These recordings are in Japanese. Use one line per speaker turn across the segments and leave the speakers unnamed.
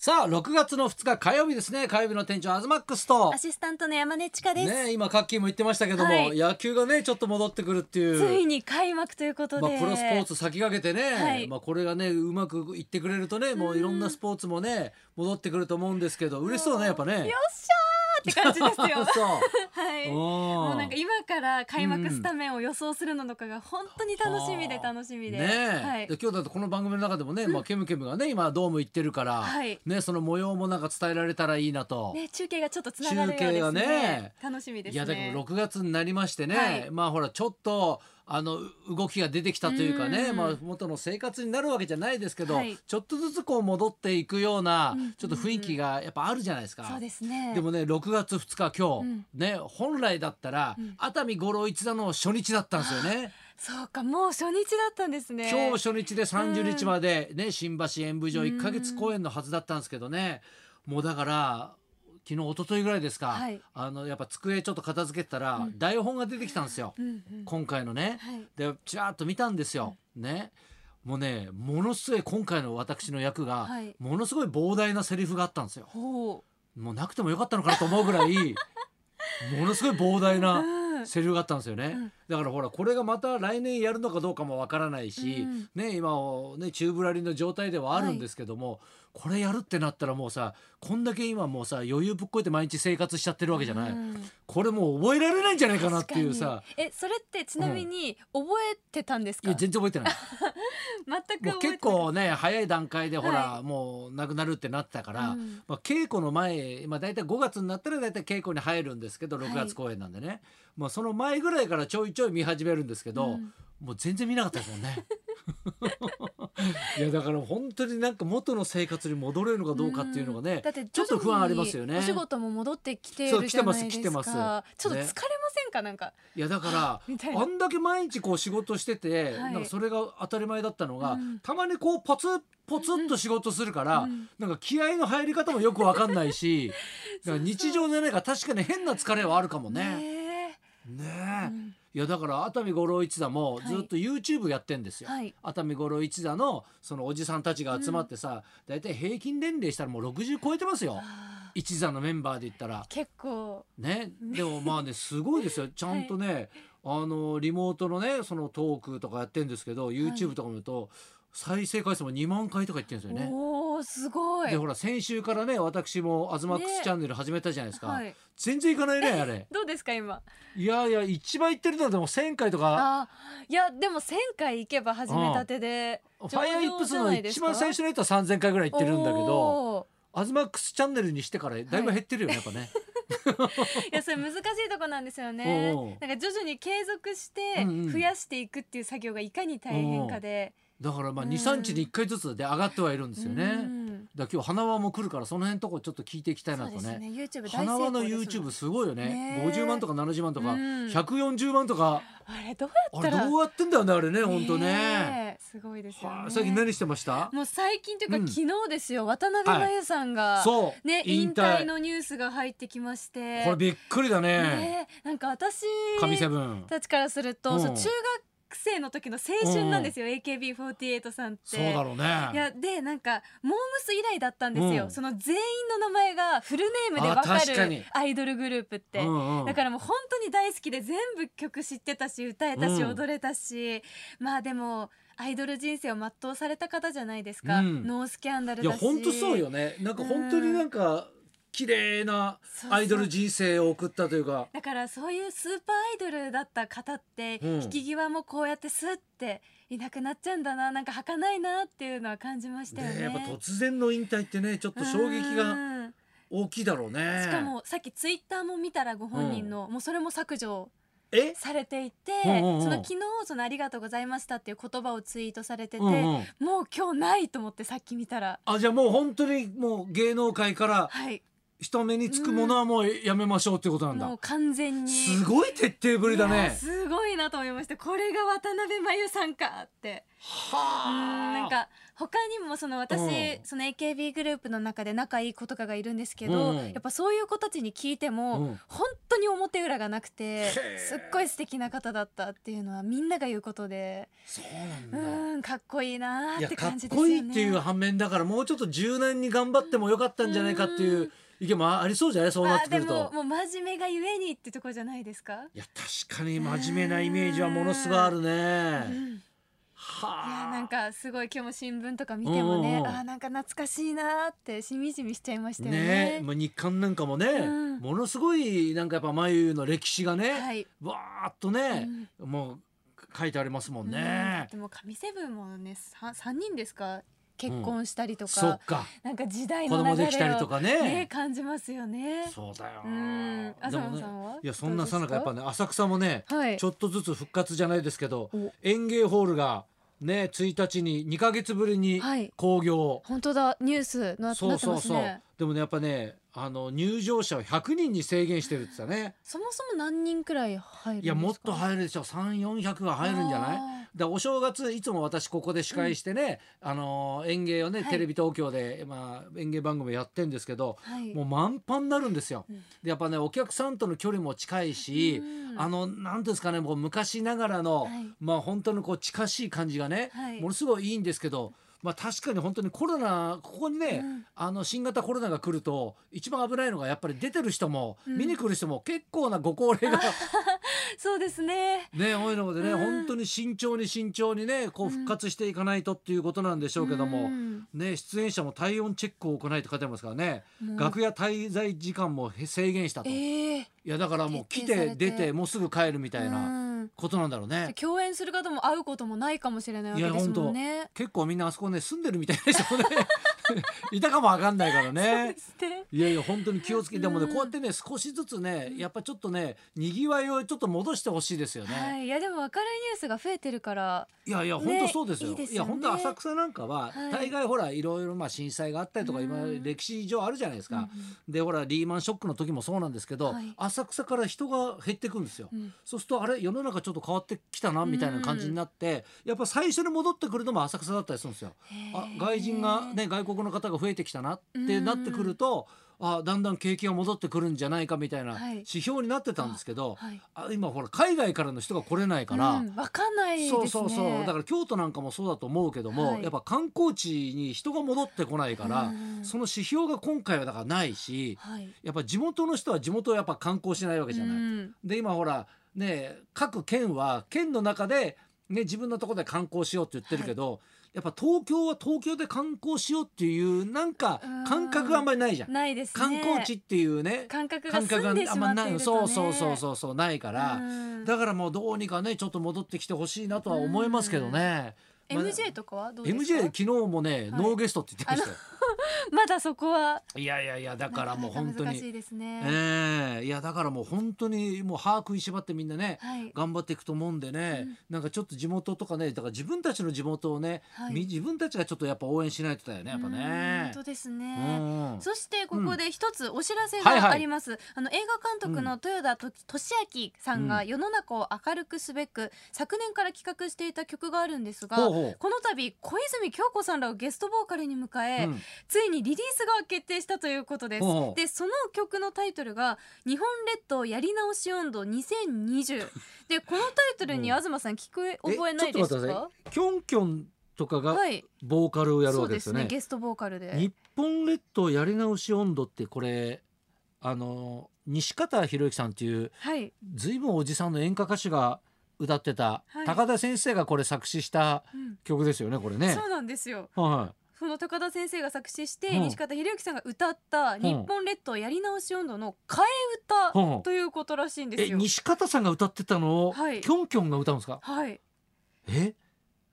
さあ6月の2日火曜日ですね火曜日の店長アズマックスと
アシスタントの山根千佳です、
ね今カッキーも言ってましたけども、
はい
野球がねちょっと戻ってくるっていう
ついに開幕ということ
まあ
で、、
プロスポーツ先駆けてね、
はい
まあ、これがねうまくいってくれるとねもういろんなスポーツもね戻ってくると思うんですけど嬉しそうねやっぱね
よ。っしゃーって感じですよ
そう
はいも
も
うなんか今から開幕スタメンを予想するのとかが本当に楽しみで
うん
楽しみで、
ねえ、
はい
で今日だとこの番組の中でもね、まあ、ケムケムがね今ドーム行ってるから、
はい
ね、その模様もなんか伝えられたらいいなと。
ね中継がちょっとつながるようですね
中継がね
楽しみですね
いやだけど6月になりましてね、
はい
まあほらちょっとあのう動きが出てきたというかね
うん
まあ、元の生活になるわけじゃないですけど、
はい
ちょっとずつこう戻っていくような
うん
ちょっと雰囲気がやっぱあるじゃないですか。
そうですね
でもね6月2日今日、
うん
ね本来だったら、
うん
熱海五郎一座の初日だったんですよね。
そうかもう初日だったんですね
今日初日で30日まで、ね新橋演舞場1ヶ月公演のはずだったんですけどね、もうだから昨日一昨日ぐらいですか、
はい
あのやっぱ机ちょっと片付けてたら、
うん
台本が出てきたんですよ、
うんうん
今回のね。
はい
でちらっと見たんですよ。ねもうねものすごい今回の私の役が、
はい
ものすごい膨大なセリフがあったんですよ。
ほ
もうなくてもよかったのかなと思うぐらい ものすごい膨大
う、
な。
うん、
セリフがあったんですよね、
うん
だからほらこれがまた来年やるのかどうかもわからないし、
うん
ね今ね宙ぶらりんの状態ではあるんですけども、これやるってなったらもうさこんだけ今もうさ余裕ぶっこいて毎日生活しちゃってるわけじゃない、
うん
これもう覚えられないんじゃないかなっていうさ
確かにえそれってちなみに覚えてたんです
い
か、
や全然覚えて ない
全く
もう
覚えて
結構ね早い段階でほら、
は
もうなくなるってなってたから、
うん
まあ、稽古の前、まあ、大体5月になったら大体稽古に入るんですけど
はい
6月公演なんでね、まあ、その前ぐらいからちょいちょい見始めるんですけど、
うん
もう全然見なかったですもん ね。いやだから本当になんか元の生活に戻れるのかどうかっていうのがね、
だって
ちょっと不安ありますよね
徐々にお仕事も戻ってきて
そう
るじゃないですか
来てます来てます
ちょっと疲れ
ね
ませんか、なんか
いやだから
みたい
あ
なん
だけ毎日こう仕事してて、
はい
なんかそれが当たり前だったのが、
うん
たまにこうポツッポツッと仕事するから、
うん
なんか気合の入り方もよくわかんないし
そうそ
だか
う
ら日常でなんか確かに変な疲れはあるかもね。
ね
ね
え
え、
うん
いやだから熱海五郎一座もずっと YouTube やってんですよ。
はい
熱海五郎一座のそのおじさんたちが集まってさ、大体平均年齢したらもう60超えてますよ
あー
一座のメンバーで言ったら
結構
ねでもまあねすごいですよちゃんとね、あのリモートのねそのトークとかやってんですけど YouTube とか見ると再生回数も2万回とかいってるんですよね。
おおすごい
でほら先週からね私も「アズマックス
ね
チャンネル」始めたじゃないですか、
はい
全然いかないねあれ
どうですか今
いやいや一番いってるのはでも1,000回とか
あーいやでも1000回行けば始めたてで
ファイアイップスの一番最初
初
のやつは3,000回ぐらいいってるんだけど。
ど
アズマックスチャンネルにしてからだいぶ減ってるよね、やっぱね。
いやそれ難しいとこなんですよね
おうおう
なんか徐々に継続して
うんうん
増やしていくっていう作業がいかに大変かで
だからまあ
うん
2、3日に1回ずつで上がってはいるんですよね。だから
うん
今日花輪も来るからその辺のとこちょっと聞いていきたい
そ
な
う
と
です
ね。
ね YouTube 大成功です
花輪の
もん
YouTube すごいよね
ね。え
50万とか70万とか、
うん
140万とか、
あれどうや
あ
った
れ
ら
どうやってんだよね、あれね、ほんとね。
えすごいですよ
は
ね
あ最近何してました
もう最近というか、
うん
昨日ですよ渡辺真由さんが、
そう、
ね
引
引
退
退。のニュースが入ってきまして
これびっくりだね。
ねえなんか私
神セブン。
たちからすると、
うん
そう中学生の時の青春なんですよ、AKB48 さんって
そうだろうね。
いやでなんかモームス以来だったんですよ、
うん
その全員の名前がフルネームでわ
あ
か
確かに
るアイドルグループって、
うんうん
だからもう本当に大好きで全部曲知ってたし歌えたし
うん
踊れたし、まあでもアイドル人生を全うされた方じゃないですか、
うん
ノースキャンダル
いや
だし
本当そうよねなんか本当になんか綺麗なアイドル人生を送ったというか
だからそういうスーパーアイドルだった方って、
うん
引き際もこうやってスッていなくなっちゃうんだななんか儚いなっていうのは感じましたよね
ねやっぱ突然の引退ってねちょっと衝撃が
うん
大きいだろうね
しかもさっきツイッターも見たらご本人の、もうそれも削除
え
されていて、
うんうんうん
その昨日そのありがとうございましたっていう言葉をツイートされてて、
うんうん
もう今日ないと思ってさっき見たら
あじゃあもう本当にもう芸能界から
はい
人目につくものはもうやめましょうってことなん
も
だ
う。完全に
すごい徹底ぶりだ
い
ね。
やすごいなと思いましたこれが渡辺真由さんかってうん
は
なんか他にもその私、
うん
その AKB グループの中で仲いい子とかがいるんですけど、
うん
やっぱそういう子たちに聞いても、
うん
本当に表裏がなくて
へえ
すっごい素敵な方だったっていうのはみんなが言うことで
そう
う
なんだ。
んかっこいいないーっ
や
て
かっ
感じです
こ
よ
い
ね。
いっていう反面だからもうちょっと柔軟に頑張ってもよかったんじゃないかっていう意見もありそうじゃないそうなっ
あ
てく
で
ると
も。もう真面目がゆえにってとこじゃないですか、
いや確かに真面目なイメージはものすごいある
うん
ね。
いや
はあ。
なんかすごい今日も新聞とか見て
う
も
んうん
ね、
うん
あーなんか懐かしいなーってしみじみしちゃいましたよ
ね
ね。
まあ、日韓なんかもね、
うん
ものすごいなんかやっぱ眉の歴史がね、
はい、
わーっとね、
うん
もう書いてありますもんね。
でも神セブンもねさ三人ですか結婚したりとか、
そっか
なんか時代
子
の
供
流
できた
れ
りと
を
か
ね
ね。
感じますよね。
そうだよ。
うん、
で
浅
も
野
ね
さんは、
いやそんなさなかやっぱ
ね、
ね浅草もね、
はい、
ちょっとずつ復活じゃないですけど
お
園芸ホールがね1日に2ヶ月ぶりに
はい
興行、
本当だニュースの
そ
な
う
って
そ
ま
う
す
そう、
ね。
でもねやっぱねあの入場者を100人に制限してるって言ってたね
そもそも何人くらい入るんですか。
いやもっと入るでしょ3400は入るんじゃない
い。
だからお正月いつも私ここで司会してね、あのー園芸をね、
はい
テレビ東京で、まあ、園芸番組やってんですけど
はい。
もう満帆になるんですよ。
うん
でやっぱねお客さんとの距離も近いし、
うん
あの何ですかねもう昔ながらの、
はい
まあ本当にこう近しい感じがね、
はい
ものすごいいいんですけど、まあ、確かに本当にコロナここにね、
うん
あの新型コロナが来ると一番危ないのがやっぱり出てる人も、
うん
見に来る人も結構なご高齢 が
そうですね。
ね、多いのでね、
うん
本当に慎重に慎重にね、こう
うん
復活していかないとっていうことなんでしょうけども。
ん
ね、出演者も体温チェックを行ないと書いてありますからね、
もう
楽屋滞在時間もへ制限したと、い
ええ
やだからもう来
徹底さ
て
れて
出てもうすぐ帰るみたいな
うん
ことなんだろうね、
共演する方も会うこともないかもしれないわけですもんね。
結構みんなあそこね住んでるみたいでしょ うねいたかもわかんないからね
して
いやいや本当に気をつけて、でもね
う
こ
ん
うやってね少しずつねやっぱちょっとねにぎわいをちょっと戻してほしいですよね、
はい、いやでも明るいニュースが増えてるから、
いやいや
ね
本当そうですよ。
いいですよ
い
ね
や本当浅草なんかは
はい
大概ほらいろいろまあ震災があったりとか
うん
今歴史上あるじゃないですか。
う
でほらリーマンショックの時もそうなんですけど
はい
浅草から人が減ってくんですよ。
んうん
そうするとあれ世の中ちょっと変わってきたなみたいな感じになってやっぱ最初に戻ってくるのも浅草だったりするんですよ。あ
へえ
外人がね外国の方が増えてきたなってなってくるとあだんだん景気が戻ってくるんじゃないかみたいな
はい
指標になってたんですけど
はい、
あ今ほら海外からの人が来れないから。
うん、わかんないです
そ
ね。
うそうそうだから京都なんかもそうだと思うけども、
はい
やっぱ観光地に人が戻ってこないから、
うん
その指標が今回はだからないし
はい、
やっぱ地元の人は地元をやっぱ観光しないわけじゃない。
うん
で今ほらね各県は県の中で、ね、自分のところで観光しようって言ってるけど、やっぱ東京は東京で観光しようっていうなんか
うん
感覚があんまりないじゃん。
ないですね。
観光地っていうね
感覚が住んで
あ
し
ん
ま
ま
ってい
な
ると
いそ
ね。
うそうそうそうそうないから。
うん
だからもうどうにかねちょっと戻ってきてほしいなとは思いますけどね。まあ
MJ とかはどうです
MJ
か
昨？日もね、ノーゲストって言ってましたよ。
まだそこはい
やいやいやだ
だ
からもう本当
難し
に。
いですね。
ええいやだからもう本当にもう歯食いしばってみんなね
はい
頑張っていくと思うんでね、
うん
なんかちょっと地元とかねだから自分たちの地元をね、
はい
み自分たちがちょっとやっぱ応援しないとだよねやっぱ
うん
ね
本当。です
う
ね。
ん
そしてここで一つお知らせ
はいはい
があります、あの映画監督の豊田と俊明さん
う
が世の中を明るくすべく、昨年から企画していた曲があるんですが
ほうほう
この度小泉京子さんらをゲストボーカルに迎え、
うん
ついにリリースが決定したということです、
ほうほう
でその曲のタイトルが「日本列島やり直し温度2020」で このタイトルに
うん
東さん聞く覚えない
えちょ
です
っと待ってくださ
か
キョンキョンとかが
はい
ボーカルをやる
そ
わ
う
け
で
です
す
よね。
ねゲストボーカルで
日本列島やり直し温度ってこれあの西方博之さんっていう
はい
ずいぶんおじさんの演歌歌手が歌ってた、
はい
高田先生がこれ作詞した
うん
曲ですよねこれね。
そうなんですよ
は
その高田先生が作詞して、
うん
西方秀之さんが歌った「
ん
日本列島やり直し温度」の替え
いは
歌ということらしいん
い、
です
え
よ。
西方さんが歌ってたのを、
はい
キョンキョンが歌うんですか
はい、
え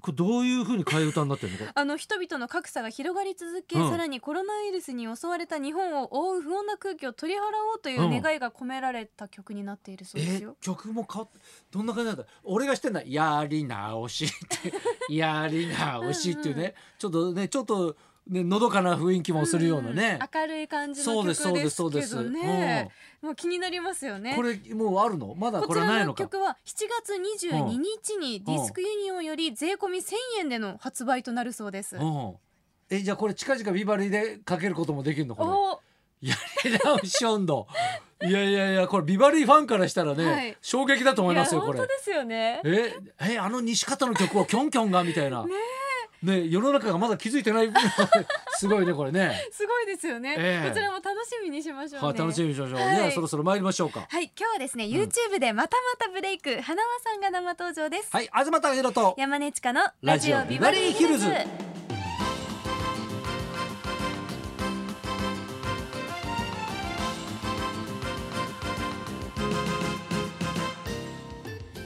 これどういうふうに替え歌になってるのこれ
あの人々の格差が広がり続け、
うん
さらにコロナウイルスに襲われた日本を覆う不穏な空気を取り払おうという願いが込められた曲になっているそうです
え
よ。
曲も変わってどんな感じなんだ俺がしてんだ やり直しってやり直しっていうねちょっとねちょっとね、のどかな雰囲気もするようなね。
明るい感じ
そ
の
う
曲
で
ですす
そうですそうで
け
す。
どね、もう気になりますよ
うん
ね
これもうあるの？まだ
こ
これ
ち
はない
ら
の
の
か。
曲は7月22日にディスクユニオンより税込み1000円での発売となるそうです。
うん。えじゃあこれ近々ビバリーでかけることもできるのこ
お
れ。やり直し温度。いやいやいやこれビバリーファンからしたらね、
はい
衝撃だと思い
いや
ますよこ
本
れ
当。ですよね。
ええあの西方の曲をキョンキョンがみたいな。ね世の中がまだ気づいてない すごいねこれね。
すごいですよね、
ええ
こちらも楽しみにしましょうね。
はい楽しみにしましょう。
はい
ではそろそろ参りましょうか。
はい今日はですね YouTube でまたまたブレイク、花輪さんが生登場です。
はい東隆弘と。
山根千佳の
ラ
ラ
ジ
ジ
オ
オ
ビ
ビ
バ
バ
リ
リ
ー
ー
ヒ
ヒ
ル
ル
ズ
ズ。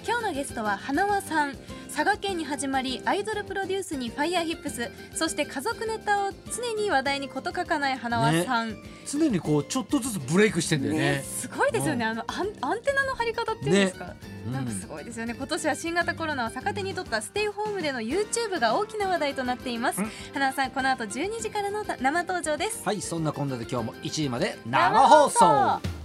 今日のゲストは花輪さん。佐賀県に始まりアイドルプロデュースにファイヤーヒップスそして家族ネタを常に話題に事欠かない花輪さん、
常にこうちょっとずつブレイクしてんだよね。
ねすごいですよね、あのアンアンテナの張り方っていうんですか、
うん
なんかすごいですよね今年は新型コロナを逆手に取ったステイホームでの YouTube が大きな話題となっています
うん
花輪さんこの後12時からの生登場です
はいそんなこんなで今日も1時まで生放送。